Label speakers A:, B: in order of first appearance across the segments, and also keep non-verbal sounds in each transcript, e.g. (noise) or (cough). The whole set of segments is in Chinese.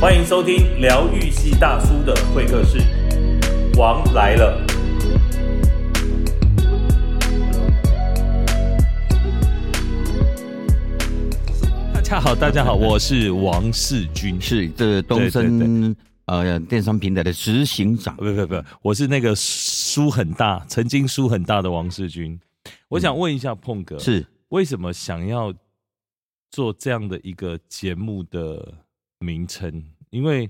A: 欢迎收听疗愈系大叔的会客室，王来了。大家好，大家好，我是王世军，
B: 是这东
A: 对对呃
B: 森呃电商平台的执行长
A: 不。不不，我是那个书很大，曾经书很大的王世军。我想问一下碰哥，
B: 是
A: 为什么想要做这样的一个节目的名称？因为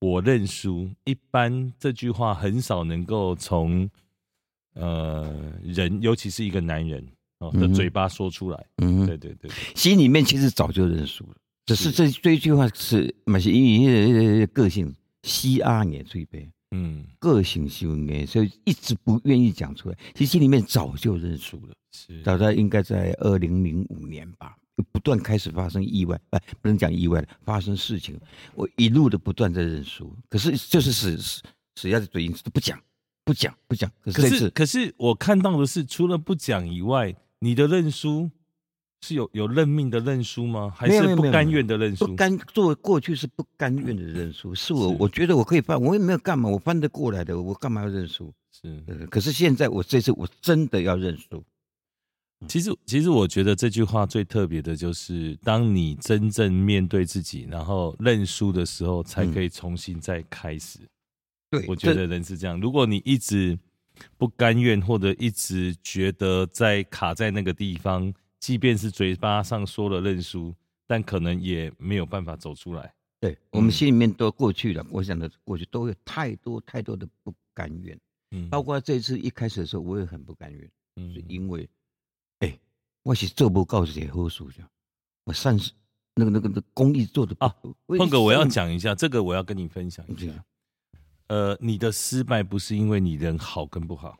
A: 我认输，一般这句话很少能够从呃人，尤其是一个男人哦的
B: 嗯哼
A: 嘴巴说出来。
B: 嗯
A: 对对
B: 哼，
A: 对，对
B: 心里面其实早就认输了，只是这这一句话是嘛是因为呃个性西阿眼最悲，
A: 嗯，
B: 个性修眼，所以一直不愿意讲出来。其实心里面早就认输了，
A: 是
B: 早在应该在二零零五年吧。不断开始发生意外，哎，不能讲意外了，发生事情，我一路的不断在认输，可是就是死死死鸭子嘴硬，都不讲，不讲，不讲。可是
A: 可
B: 这
A: 是
B: 次
A: 可是我看到的是，除了不讲以外，你的认输是有有认命的认输吗？还
B: 没有没
A: 是
B: 有
A: 不
B: 没有
A: 甘
B: 没有
A: 愿的认输
B: 不？甘作为过去是不甘愿的认输，是我
A: 是
B: 我觉得我可以翻，我也没有干嘛，我翻得过来的，我干嘛要认输？
A: 是
B: 呃可是现在我这次我真的要认输，
A: 其实，其实我觉得这句话最特别的就是，当你真正面对自己，然后认输的时候，才可以重新再开始。
B: 嗯对，
A: 我觉
B: 这
A: 得人是这样。如果你一直不甘愿，或者一直觉得在卡在那个地方，即便是嘴巴上说了认输，但可能也没有办法走出来。
B: 对
A: 嗯
B: 我们心里面都过去了，我想的过去都有太多太多的不甘愿，
A: 嗯，
B: 包括这次一开始的时候我也很不甘愿，
A: 嗯
B: 是因为，哎，我是做不到这些好事情，我善事那个那个那个公益做的
A: 啊，碰哥，我要，讲一下这个，我要跟你分享一
B: 这
A: 下
B: 样。
A: 呃，你的失败不是因为你人好跟不好。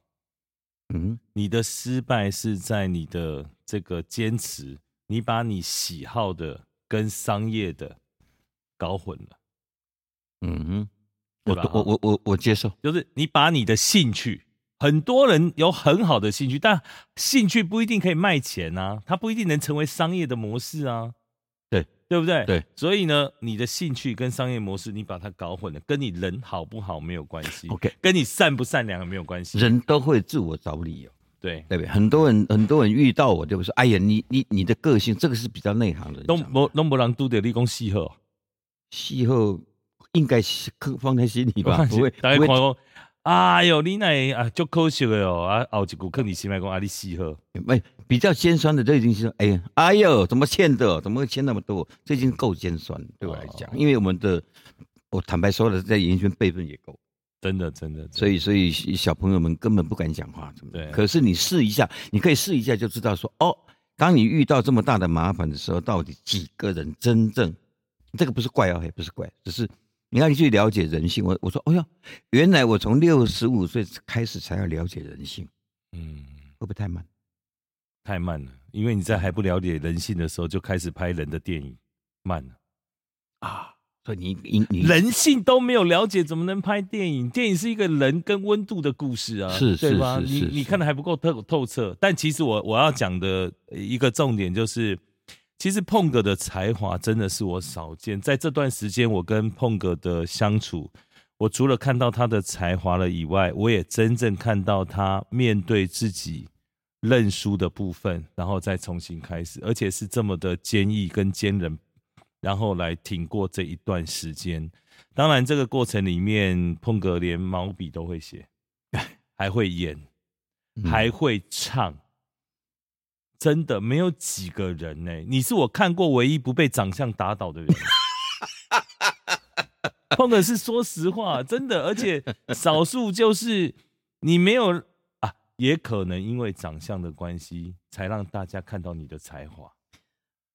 B: 嗯，
A: 你的失败是在你的这个坚持，你把你喜好的跟商业的搞混了，
B: 嗯哼，
A: 对
B: 我
A: 吧
B: 我我我我接受，
A: 就是你把你的兴趣，很多人有很好的兴趣，但兴趣不一定可以卖钱啊，它不一定能成为商业的模式啊，
B: 对
A: 对不对？
B: 对，
A: 所以呢，你的兴趣跟商业模式你把它搞混了，跟你人好不好没有关系
B: OK
A: 跟你善不善良没有关系，
B: 人都会自我找理由。
A: 对，
B: 对不对？很多人很多人遇到我，对不说，哎呀，你你你的个性，这个是比较内行的人
A: 东
B: 讲的。
A: 博东博郎都得立功细贺。
B: 气候应该是可放在心里吧，不会
A: 大家
B: 不
A: 看
B: 会
A: 讲，哎哟，你那啊，足可惜的哦，啊，后一句坑你心内讲啊，你死好，
B: 哎比较尖酸的都已经是说，哎呀，哎呦，怎么欠的，怎么会欠那么多？这已经够尖酸对我来讲，因为我们的我坦白说了，在演艺圈辈分也够，
A: 真的真的，
B: 所以所以小朋友们根本不敢讲话，怎么
A: 对
B: 可是你试一下，你可以试一下就知道说，哦，当你遇到这么大的麻烦的时候，到底几个人真正，这个不是怪哦，也不是怪，只是你要去了解人性。我我说，哎呦，原来我从六十五岁开始才要了解人性，
A: 嗯，
B: 会不会太慢？
A: 太慢了，因为你在还不了解人性的时候就开始拍人的电影，慢了，
B: 所以你你你
A: 啊人性都没有了解，怎么能拍电影？电影是一个人跟温度的故事啊，
B: 是
A: 对吧？
B: 是是
A: 你
B: 是
A: 你
B: 是
A: 看的还不够透透彻，但其实我我要讲的一个重点就是。其实碰哥的才华真的是我少见，在这段时间我跟碰哥的相处，我除了看到他的才华了以外，我也真正看到他面对自己认输的部分，然后再重新开始，而且是这么的坚毅跟坚韧，然后来挺过这一段时间。当然，这个过程里面，碰哥连毛笔都会写， (laughs) 还会演，
B: 嗯
A: 还会唱。真的没有几个人呢、你是我看过唯一不被长相打倒的
B: (laughs)
A: 人。碰的是说实话，真的，而且少数就是你没有啊，也可能因为长相的关系，才让大家看到你的才华。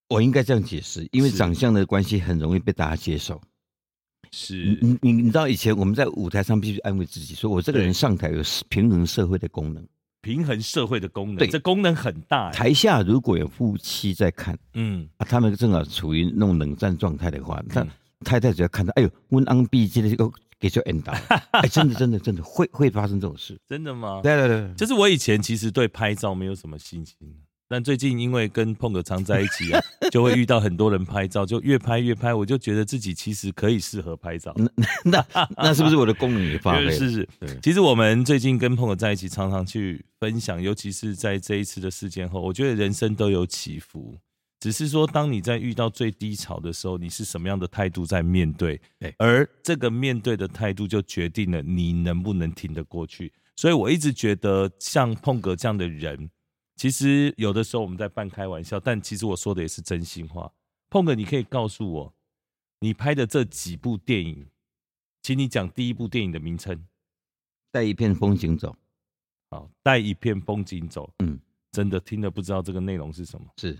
B: 我应该这样解释，因为
A: 是
B: 长相的关系很容易被大家接受。你
A: 是，
B: 你你你知道以前我们在舞台上必须安慰自己，说我这个
A: 对
B: 人上台有平衡社会的功能。
A: 平衡社会的功能，
B: 对
A: 这功能很大、欸。
B: 台下如果有夫妻在看，
A: 嗯，
B: 啊、他们正好处于那种冷战状态的话，那
A: 嗯
B: 太太只要看到，哎呦，温安毕这个给就
A: (laughs)
B: end 到，哎，真的真的真的会会发生这种事。
A: 真的吗？
B: 对对对，
A: 就是我以前其实对拍照没有什么信心，但最近因为跟碰哥常在一起啊，就会遇到很多人拍照，就越拍越拍，我就觉得自己其实可以适合拍照。
B: 那那是不是我的功能也发挥了？
A: (laughs) 是是
B: 对，
A: 其实我们最近跟朋友在一起，常常去分享，尤其是在这一次的事件后，我觉得人生都有起伏，只是说当你在遇到最低潮的时候，你是什么样的态度在面对
B: 对，
A: 而这个面对的态度就决定了你能不能挺得过去。所以我一直觉得，像碰格这样的人，其实有的时候我们在半开玩笑，但其实我说的也是真心话。碰哥，你可以告诉我，你拍的这几部电影，请你讲第一部电影的名称。
B: 带一片风景走，
A: 好，带一片风景走。
B: 嗯，
A: 真的听了不知道这个内容是什么，
B: 是，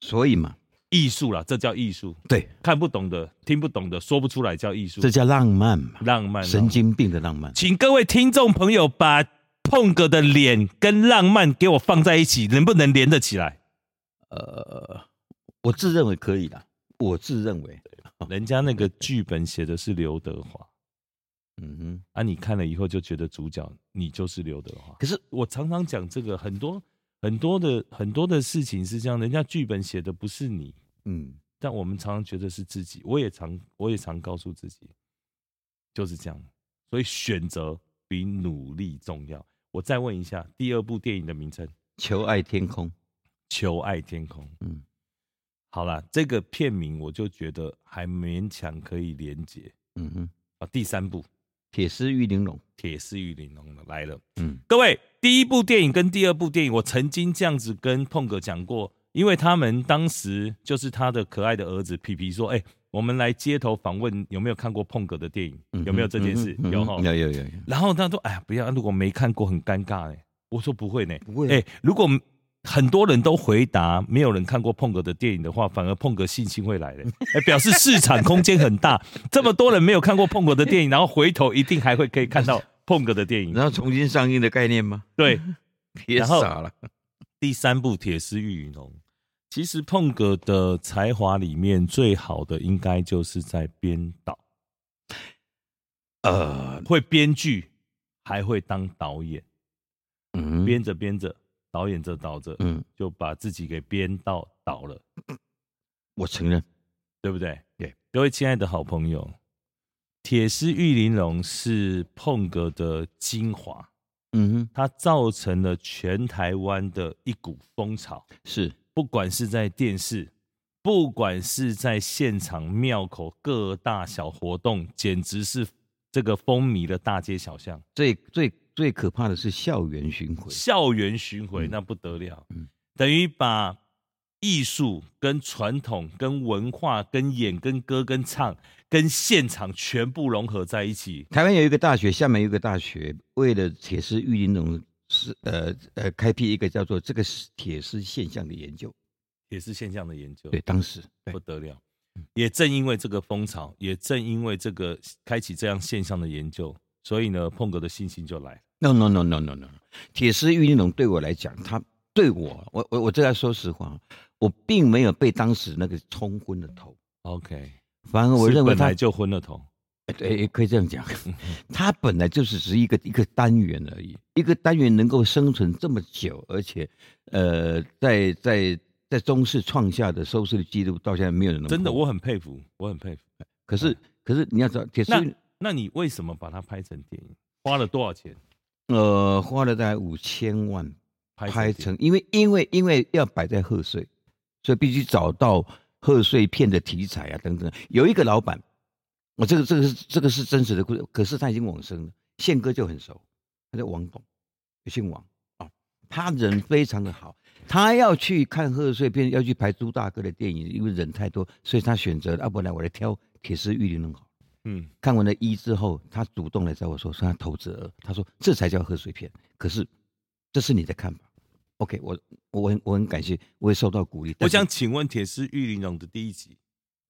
B: 所以嘛，
A: 艺术啦，这叫艺术。
B: 对，
A: 看不懂的、听不懂的、说不出来叫艺术
B: 这，叫浪漫嘛，
A: 浪漫。哦
B: 神，经病的浪漫。
A: 请各位听众朋友把碰哥的脸跟浪漫给我放在一起，能不能连得起来？
B: 呃，我自认为可以啦，我自认为，
A: 人家那个剧本写的是刘德华
B: 嗯哼，
A: 啊，你看了以后就觉得主角你就是刘德华。
B: 可是
A: 我常常讲这个，很多很多的很多的事情是这样，人家剧本写的不是你，
B: 嗯。
A: 但我们常常觉得是自己，我也常我也常告诉自己，就是这样。所以选择比努力重要。我再问一下，第二部电影的名称《
B: 求爱天空，
A: 求爱天空》。
B: 嗯，
A: 好啦，这个片名我就觉得还勉强可以连接
B: 嗯哼，
A: 啊。第三部《
B: 铁丝玉玲珑，
A: 铁丝与玲珑》来了。
B: 嗯，
A: 各位，第一部电影跟第二部电影，我曾经这样子跟碰哥讲过，因为他们当时就是他的可爱的儿子皮皮说：“哎、我们来街头访问，有没有看过碰哥的电影？
B: 嗯哼
A: 有没有这件事？
B: 嗯哼
A: 有
B: 嗯
A: 哈
B: 哼。有有有有，”
A: 然后他说：“哎呀，不要，如果没看过很尴尬呢。”欸我说：“不会呢，
B: 不会
A: 哎、如果很多人都回答没有人看过碰哥的电影的话，反而碰哥信心会来的，
B: (laughs)
A: 哎、表示市场空间很大。这么多人没有看过碰哥的电影，然后回头一定还会可以看到碰哥的电影。
B: 然后重新上映的概念吗？ (laughs)
A: 对，
B: 别
A: 然后
B: 傻了，
A: 第三部《铁丝玉与龙》，其实碰哥的才华里面最好的应该就是在编导，
B: 呃，
A: 会编剧，还会当导演。
B: 嗯，
A: 编着编着，导演着导着，
B: 嗯，
A: 就把自己给编到倒了，
B: 我承认，
A: 对不对？
B: 对，
A: 各位亲爱的好朋友，《铁丝玉玲珑》是碰哥的精华，
B: 嗯哼，
A: 它造成了全台湾的一股风潮。
B: 是，
A: 不管是在电视，不管是在现场庙口各大小活动，简直是这个风靡的大街小巷。
B: 最最最可怕的是校园巡回，
A: 校园巡回、
B: 嗯
A: 那不得了，
B: 嗯
A: 等于把艺术、跟传统、跟文化、跟演、跟歌、跟唱、跟现场全部融合在一起。
B: 台湾有一个大学，厦门有一个大学，为了铁丝玉玲珑是呃呃开辟一个叫做这个是铁丝现象的研究，
A: 也是现象的研究，
B: 对，当时对嗯
A: 不得了。也正因为这个风潮，也正因为这个开启这样现象的研究，所以呢，碰哥的信心就来了。
B: No no no no no no，铁丝玉玲珑对我来讲，它对我，我我我这要说实话，我并没有被当时那个冲昏了头，
A: OK，
B: 反而我
A: 是
B: 认为
A: 本
B: 它
A: 来就昏了头。
B: 对，哎可以这样讲，
A: 嗯
B: (laughs) 它本来就只是一个一个单元而已，一个单元能够生存这么久，而且呃，在在在中视创下的收视率记录到现在没有人能
A: 真的，
B: 破
A: 我很佩服，我很佩服。
B: 可是可是你要知道，铁丝
A: 那那你为什么把它拍成电影？花了多少钱
B: 呃花了大概五千万
A: 拍
B: 拍
A: 成
B: 成，因为因为因为要摆在贺岁，所以必须找到贺岁片的题材啊等等。有一个老板，我这个这个是这个是真实的故事，可是他已经往生了，宪哥就很熟，他叫王董，姓王哦，他人非常的好。他要去看贺岁片，要去排朱大哥的电影，因为人太多，所以他选择了啊，不然我来挑《铁丝玉玲珑》好了。
A: 电影？
B: 看完了一之后，他主动来找我说，说他投资额，他说这才叫贺岁片。可是这是你的看法，OK，我我很我很感谢，我也受到鼓励。
A: 嗯，我
B: 但是
A: 想请问《铁丝玉玲珑》的第一集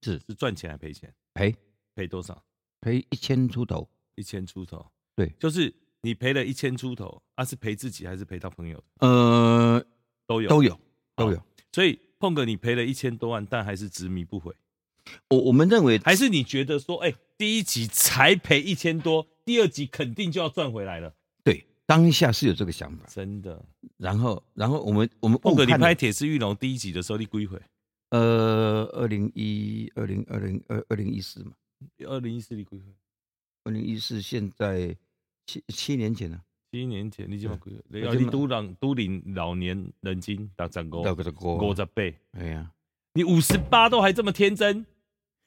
B: 是
A: 是赚钱还赔钱？
B: 赔
A: 赔多少？
B: 赔一千出头，
A: 一千出头。
B: 对
A: 就是你赔了一千出头，啊，是赔自己还是赔到朋友？
B: 呃，
A: 都有
B: 都。有
A: 好
B: 都有。
A: 所以碰哥，你赔了一千多万，但还是执迷不悔，
B: 我我们认为
A: 还是你觉得说，哎、第一集才赔一千多，第二集肯定就要赚回来了？
B: 对，当下是有这个想法，
A: 真的。
B: 然后然后我们我们
A: 碰哥，
B: 误
A: 你
B: 判了
A: 拍《铁丝玉龙》第一集的时候，你归回
B: 呃二零一二零二零二二零一四嘛，
A: 二零一四，你归回
B: 二零一四现在七七年前了、
A: 七年前，你就归回，
B: 嗯
A: 要
B: 我这
A: 你
B: 么
A: 都让都领老年人精打长高
B: 啊，，到个
A: 五
B: 国，
A: 十倍，
B: 哎呀，
A: 你五十八都还这么天真。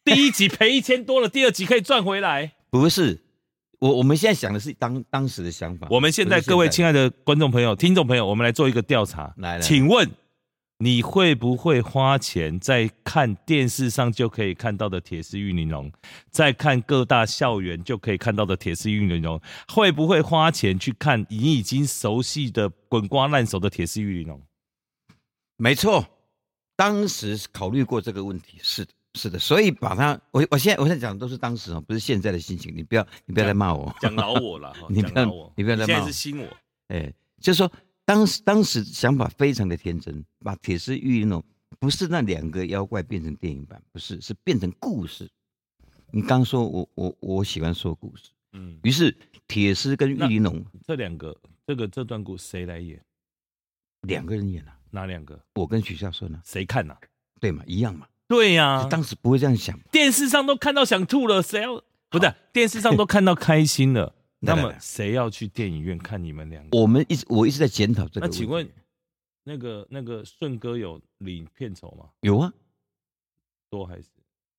A: 第一集赔一千多了，第二集可以赚回来。
B: 不是我我们现在想的是当当时的想法，
A: 我们现在
B: 不是
A: 各位亲爱的观众朋友、听众朋友，我们来做一个调查，
B: 来来
A: 请问你会不会花钱在看电视上就可以看到的《铁丝玉玲珑》，在看各大校园就可以看到的《铁丝玉玲珑》，会不会花钱去看你已经熟悉的滚瓜烂熟的《铁丝玉玲珑》？
B: 没错，当时是考虑过这个问题，是的，是的，所以把它，我我现在我现在讲的都是当时哦，不是现在的心情，你不要你不要来骂我，
A: 讲老我 (laughs) 了，哈
B: 你不
A: 讲
B: 要
A: 老我，
B: 你不要再骂我
A: 现在是新我，
B: 哎，就是说当时当时想法非常的天真，把铁丝玉龙不是那两个妖怪变成电影版，不是，是变成故事。你刚说我我我喜欢说故事，
A: 嗯，
B: 于是铁丝跟玉
A: 那
B: 玲珑
A: 这两个，这个这段故谁来演？
B: 两个人演了、
A: 哪两个？
B: 我跟许孝顺呢、啊
A: 谁看啊呐、
B: 对嘛，一样嘛，
A: 对呀、
B: 就当时不会这样想，
A: 电视上都看到想吐了，谁要？不是电视上都看到开心
B: (laughs)
A: 了，那
B: 来来
A: 么
B: 来
A: 谁要去电影院看你们两个？
B: 我们一直我一直在检讨这
A: 那
B: 个问题。
A: 请问那个那个顺哥有领片酬吗？
B: 有啊？
A: 多还是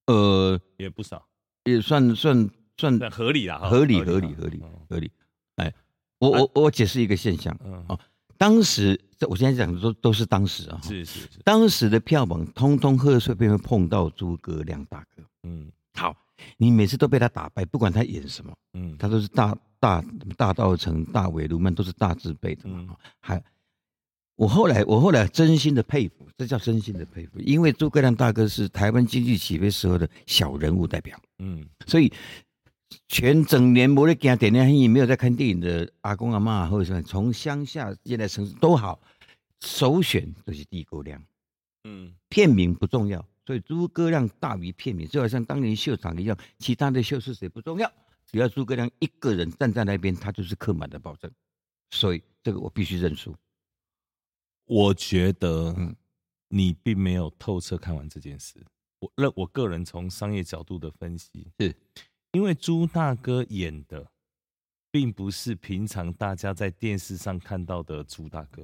B: 呃，
A: 也不少？
B: 也算算算
A: 那合理啦，哈
B: 合理
A: 啦
B: 合理合理
A: 嗯
B: 合理。哎，我我我解释一个现象，
A: 嗯，
B: 哦当时这我现在讲的都都是当时啊，
A: 是是是，
B: 当时的票房通通贺岁片会碰到诸葛亮大哥。
A: 嗯
B: 好，你每次都被他打败，不管他演什么，
A: 嗯
B: 他都是大大大道城、大伟、卢曼都是大字辈的嘛。
A: 嗯
B: 还我后来我后来真心的佩服，这叫真心的佩服，因为诸葛亮大哥是台湾经济起飞时候的小人物代表。
A: 嗯
B: 所以全整年没在看电影，也没有在看电影的阿公阿妈或者什么，从乡下进来城市都好，首选就是地沟粮，
A: 嗯
B: 片名不重要，所以诸葛亮大于片名，就好像当年秀场一样，其他的秀是谁不重要，只要诸葛亮一个人站在那边，他就是客满的保证，所以这个我必须认输。
A: 我觉得
B: 嗯
A: 你并没有透彻看完这件事。我认我个人从商业角度的分析，
B: 是
A: 因为朱大哥演的，并不是平常大家在电视上看到的朱大哥，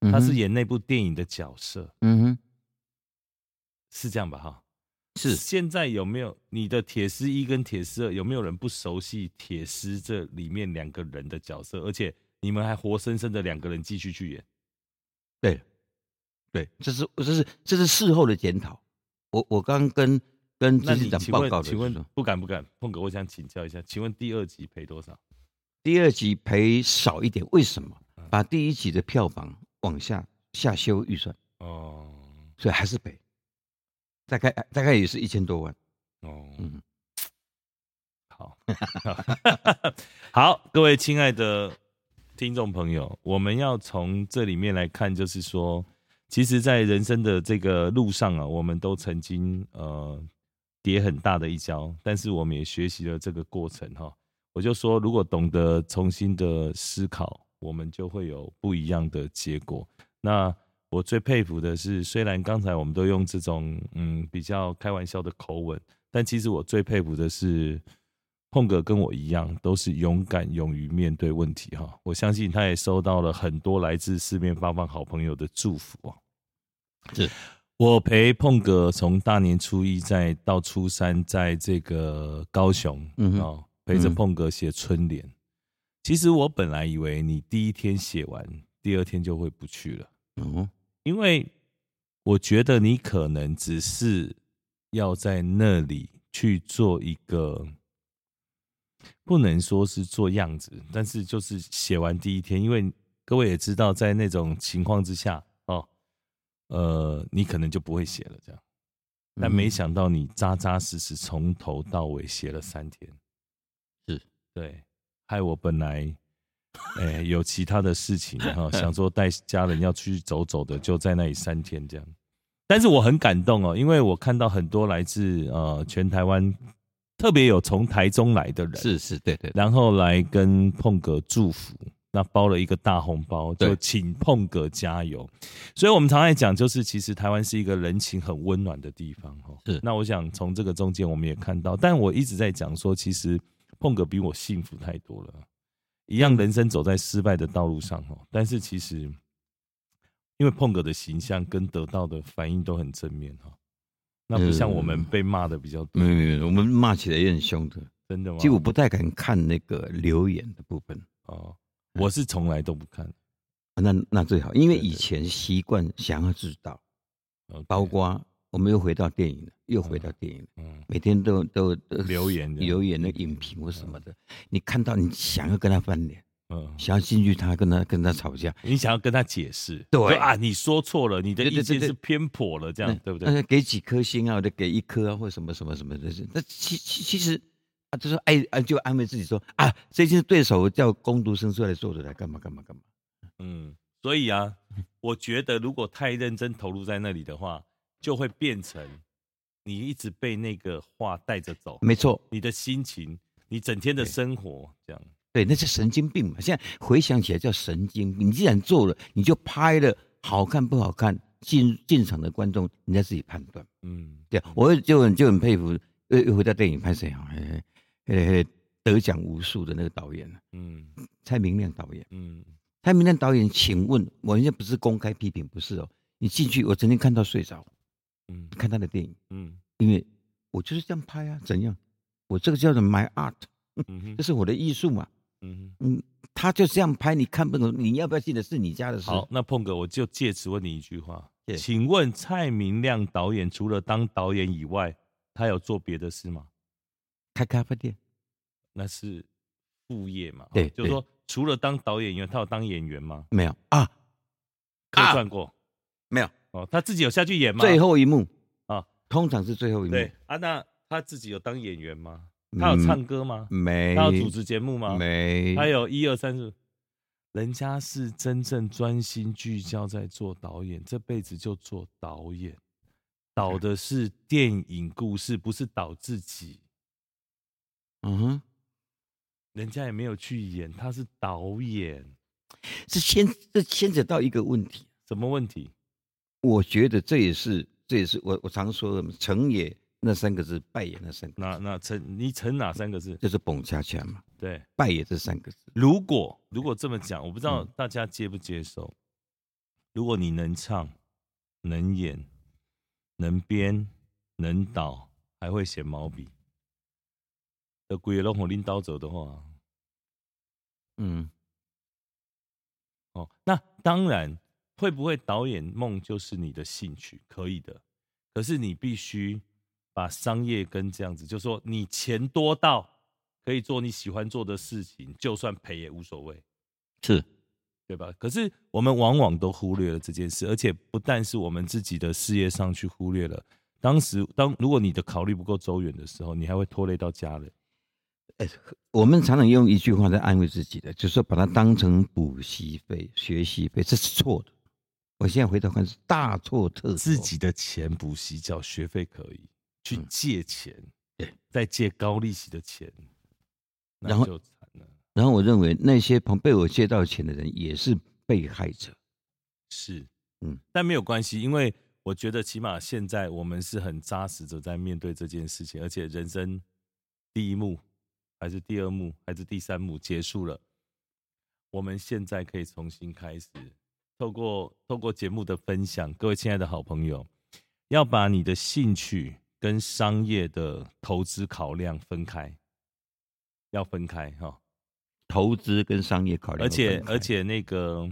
B: 嗯
A: 他是
B: 演，
A: 演那部电影的角色，
B: 嗯哼，
A: 是这样吧？哈，
B: 是
A: 现在有没有你的铁丝一跟铁丝二有没有人不熟悉铁丝这里面两个人的角色？而且你们还活生生的两个人继续去演，
B: 对，对，这是这是这是事后的检讨。我我刚跟跟
A: 那
B: 执
A: 你
B: 行长
A: 请
B: 报告
A: 问，
B: 的
A: 请
B: 时候
A: 问不敢不敢，碰哥，我想请教一下，请问第二集赔多少？
B: 第二集赔少一点，为什么？
A: 嗯
B: 把第一集的票房往下下修预算，
A: 哦
B: 所以还是赔，大概大概也是一千多万。
A: 哦，
B: 嗯，
A: 好， (laughs) 好，各位亲爱的听众朋友，我们要从这里面来看，就是说，其实，在人生的这个路上啊，我们都曾经呃跌很大的一跤，但是我们也学习了这个过程哈。我就说，如果懂得重新的思考，我们就会有不一样的结果。那我最佩服的是，虽然刚才我们都用这种嗯比较开玩笑的口吻，但其实我最佩服的是，碰哥跟我一样，都是勇敢、勇于面对问题哈。我相信他也收到了很多来自四面八方好朋友的祝福哦。
B: 是
A: 我陪碰哥从大年初一再到初三，在这个高雄，
B: 嗯哼
A: 哦，陪着
B: 嗯
A: 碰哥写春联。其实我本来以为你第一天写完，第二天就会不去了。
B: 哦，
A: 因为我觉得你可能只是要在那里去做一个，不能说是做样子，但是就是写完第一天，因为各位也知道，在那种情况之下，哦，呃，你可能就不会写了这样。但没想到你扎扎实实从头到尾写了三天，
B: 是
A: 对，害我本来，哎、有其他的事情哈，想说带家人要去走走的，就在那里三天这样。但是我很感动哦，因为我看到很多来自呃全台湾，特别有从台中来的人，
B: 是是，对对，
A: 然后来跟碰哥祝福，那包了一个大红包，
B: 对
A: 就请碰哥加油。所以我们常爱讲，就是其实台湾是一个人情很温暖的地方哈。
B: 是
A: 那我想从这个中间我们也看到，但我一直在讲说，其实碰哥比我幸福太多了。一
B: 嗯
A: 样人生走在失败的道路上哦，但是其实因为碰哥的形象跟得到的反应都很正面哈，那不
B: 嗯
A: 像我们被骂的比较多，
B: 没有没有没有，我们骂起来也很凶的。
A: 真的吗？
B: 嗯其实我不太敢看那个留言的部分，
A: 哦，我是从来都不看，
B: 啊那那最好，因为
A: 对对
B: 以前习惯想要知道，
A: OK
B: 包括我们又回到电影了，又回到电影了，
A: 嗯
B: 每天都都都
A: 留言嗯的
B: 留言的影评或什么的，你看到你想要跟他翻脸，
A: 嗯，
B: 想要进去他跟他跟他吵架，
A: 你想要跟他解释，
B: 对
A: 说啊，你说错了，你的
B: 对对
A: 意见
B: 对对
A: 是偏颇了，这
B: 这
A: 样对不对？
B: 那给几颗星啊，或者给一颗啊，或什么什么什么的，这那其其其实啊，就说哎啊，就安慰自己说啊，这些对手叫工读生出来做的来干嘛干嘛干嘛，
A: 嗯，所以啊，我觉得如果太认真投入在那里的话，就会变成你一直被那个话带着走，
B: 没错，
A: 你的心情，你整天的
B: 对
A: 生活这样。
B: 对，那是神经病嘛。现在回想起来叫神经病。你既然做了，你就拍了，好看不好看，进进场的观众人家自己判断。
A: 嗯，
B: 对啊，我就很就很佩服，又又回到电影拍谁啊？嘿嘿嘿嘿得奖无数的那个导演啊
A: 嗯
B: 蔡明亮导演。
A: 嗯
B: 蔡明亮导演，请问，我人家不是公开批评，不是哦。你进去，我曾经看到睡着，
A: 嗯
B: 看他的电影，
A: 嗯
B: 因为我就是这样拍啊，怎样？我这个叫做 my art，
A: 嗯哼
B: 这是我的艺术嘛。
A: 嗯哼。
B: 他就这样拍，你看不懂，你要不要记得是你家的事？
A: 好，那碰哥，我就借此问你一句话，
B: 是
A: 请问蔡明亮导演除了当导演以外，他有做别的事吗？
B: 开咖啡店，
A: 那是副业嘛？
B: 对
A: 就是说除了当导演以外，他有当演员吗？
B: 没有啊，
A: 客
B: 啊
A: 串过
B: 没有。
A: 哦，他自己有下去演吗？
B: 最后一幕
A: 啊，
B: 通常是最后一幕。
A: 对啊，那他自己有当演员吗？他有唱歌吗？
B: 嗯没？
A: 他有主持节目吗？
B: 没？
A: 还有一二三四，人家是真正专心聚焦在做导演，这辈子就做导演，导的是电影故事，不是导自己。
B: 嗯哼，
A: 人家也没有去演，他是导演，
B: 这牵这牵扯到一个问题，
A: 什么问题？
B: 我觉得这也是这也是我我常说的成也那三个字，败也那三个字，
A: 那那成你成哪三个字？
B: 就是蹦恰恰嘛，
A: 对，
B: 败也这三个字。
A: 如果如果这么讲，我不知道大家接不接受。如果你能唱、能演、能编、能导，还会写毛笔，这鬼龙火拎刀走的话，
B: 嗯，
A: 哦，那当然，会不会导演梦就是你的兴趣？可以的，可是你必须把商业跟这样子，就说你钱多到可以做你喜欢做的事情，就算赔也无所谓。
B: 是
A: 对吧？可是我们往往都忽略了这件事，而且不但是我们自己的事业上去忽略了。当时，当如果你的考虑不够周远的时候，你还会拖累到家人。
B: 我们常常用一句话在安慰自己的，就是说把它当成补习费、学习费，这是错的。我现在回头看是大错特错。
A: 自己的钱补习缴学费可以去
B: 嗯
A: 借钱，
B: 对
A: 再借高利息的钱，那
B: 然后
A: 就惨了。
B: 然后我认为那些朋被我借到钱的人也是被害者。
A: 是，
B: 嗯，
A: 但没有关系，因为我觉得起码现在我们是很扎实的在面对这件事情，而且人生第一幕还是第二幕还是第三幕结束了，我们现在可以重新开始，透过透过节目的分享，各位亲爱的好朋友，要把你的兴趣跟商业的投资考量分开，要分开哈、
B: 投资跟商业考量
A: 而
B: 的分开，
A: 且而且那个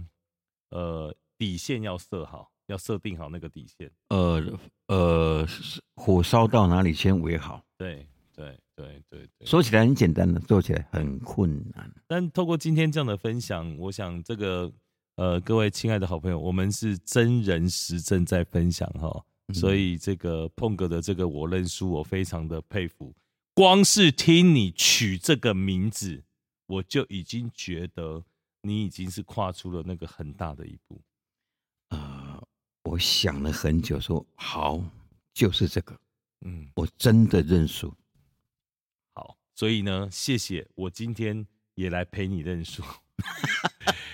A: 呃底线要设好，要设定好那个底线。
B: 呃呃，是火烧到哪里先为好。
A: 对对对对对。
B: 说起来很简单的，做起来很困难。
A: 但透过今天这样的分享，我想这个呃各位亲爱的好朋友，我们是真人实证在分享哈，
B: 嗯
A: 所以这个碰哥的这个我认输，我非常的佩服。光是听你取这个名字，我就已经觉得你已经是跨出了那个很大的一步。
B: 啊、我想了很久说，好，就是这个，
A: 嗯。
B: 我真的认输。
A: 好，所以呢，谢谢我今天也来陪你认输。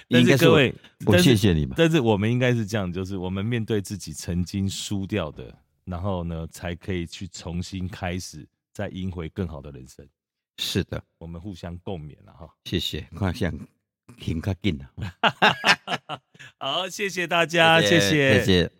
A: 但
B: 应该
A: 是
B: 是
A: 各
B: 我
A: 位，
B: 我
A: 但是
B: 谢谢你吧。
A: 但是我们应该是这样，就是我们面对自己曾经输掉的，然后呢，才可以去重新开始，再赢回更好的人生。
B: 是的，
A: 我们互相共勉了哈。
B: 谢谢，看像挺较紧了。
A: 啊好，谢谢大家，谢
B: 谢谢。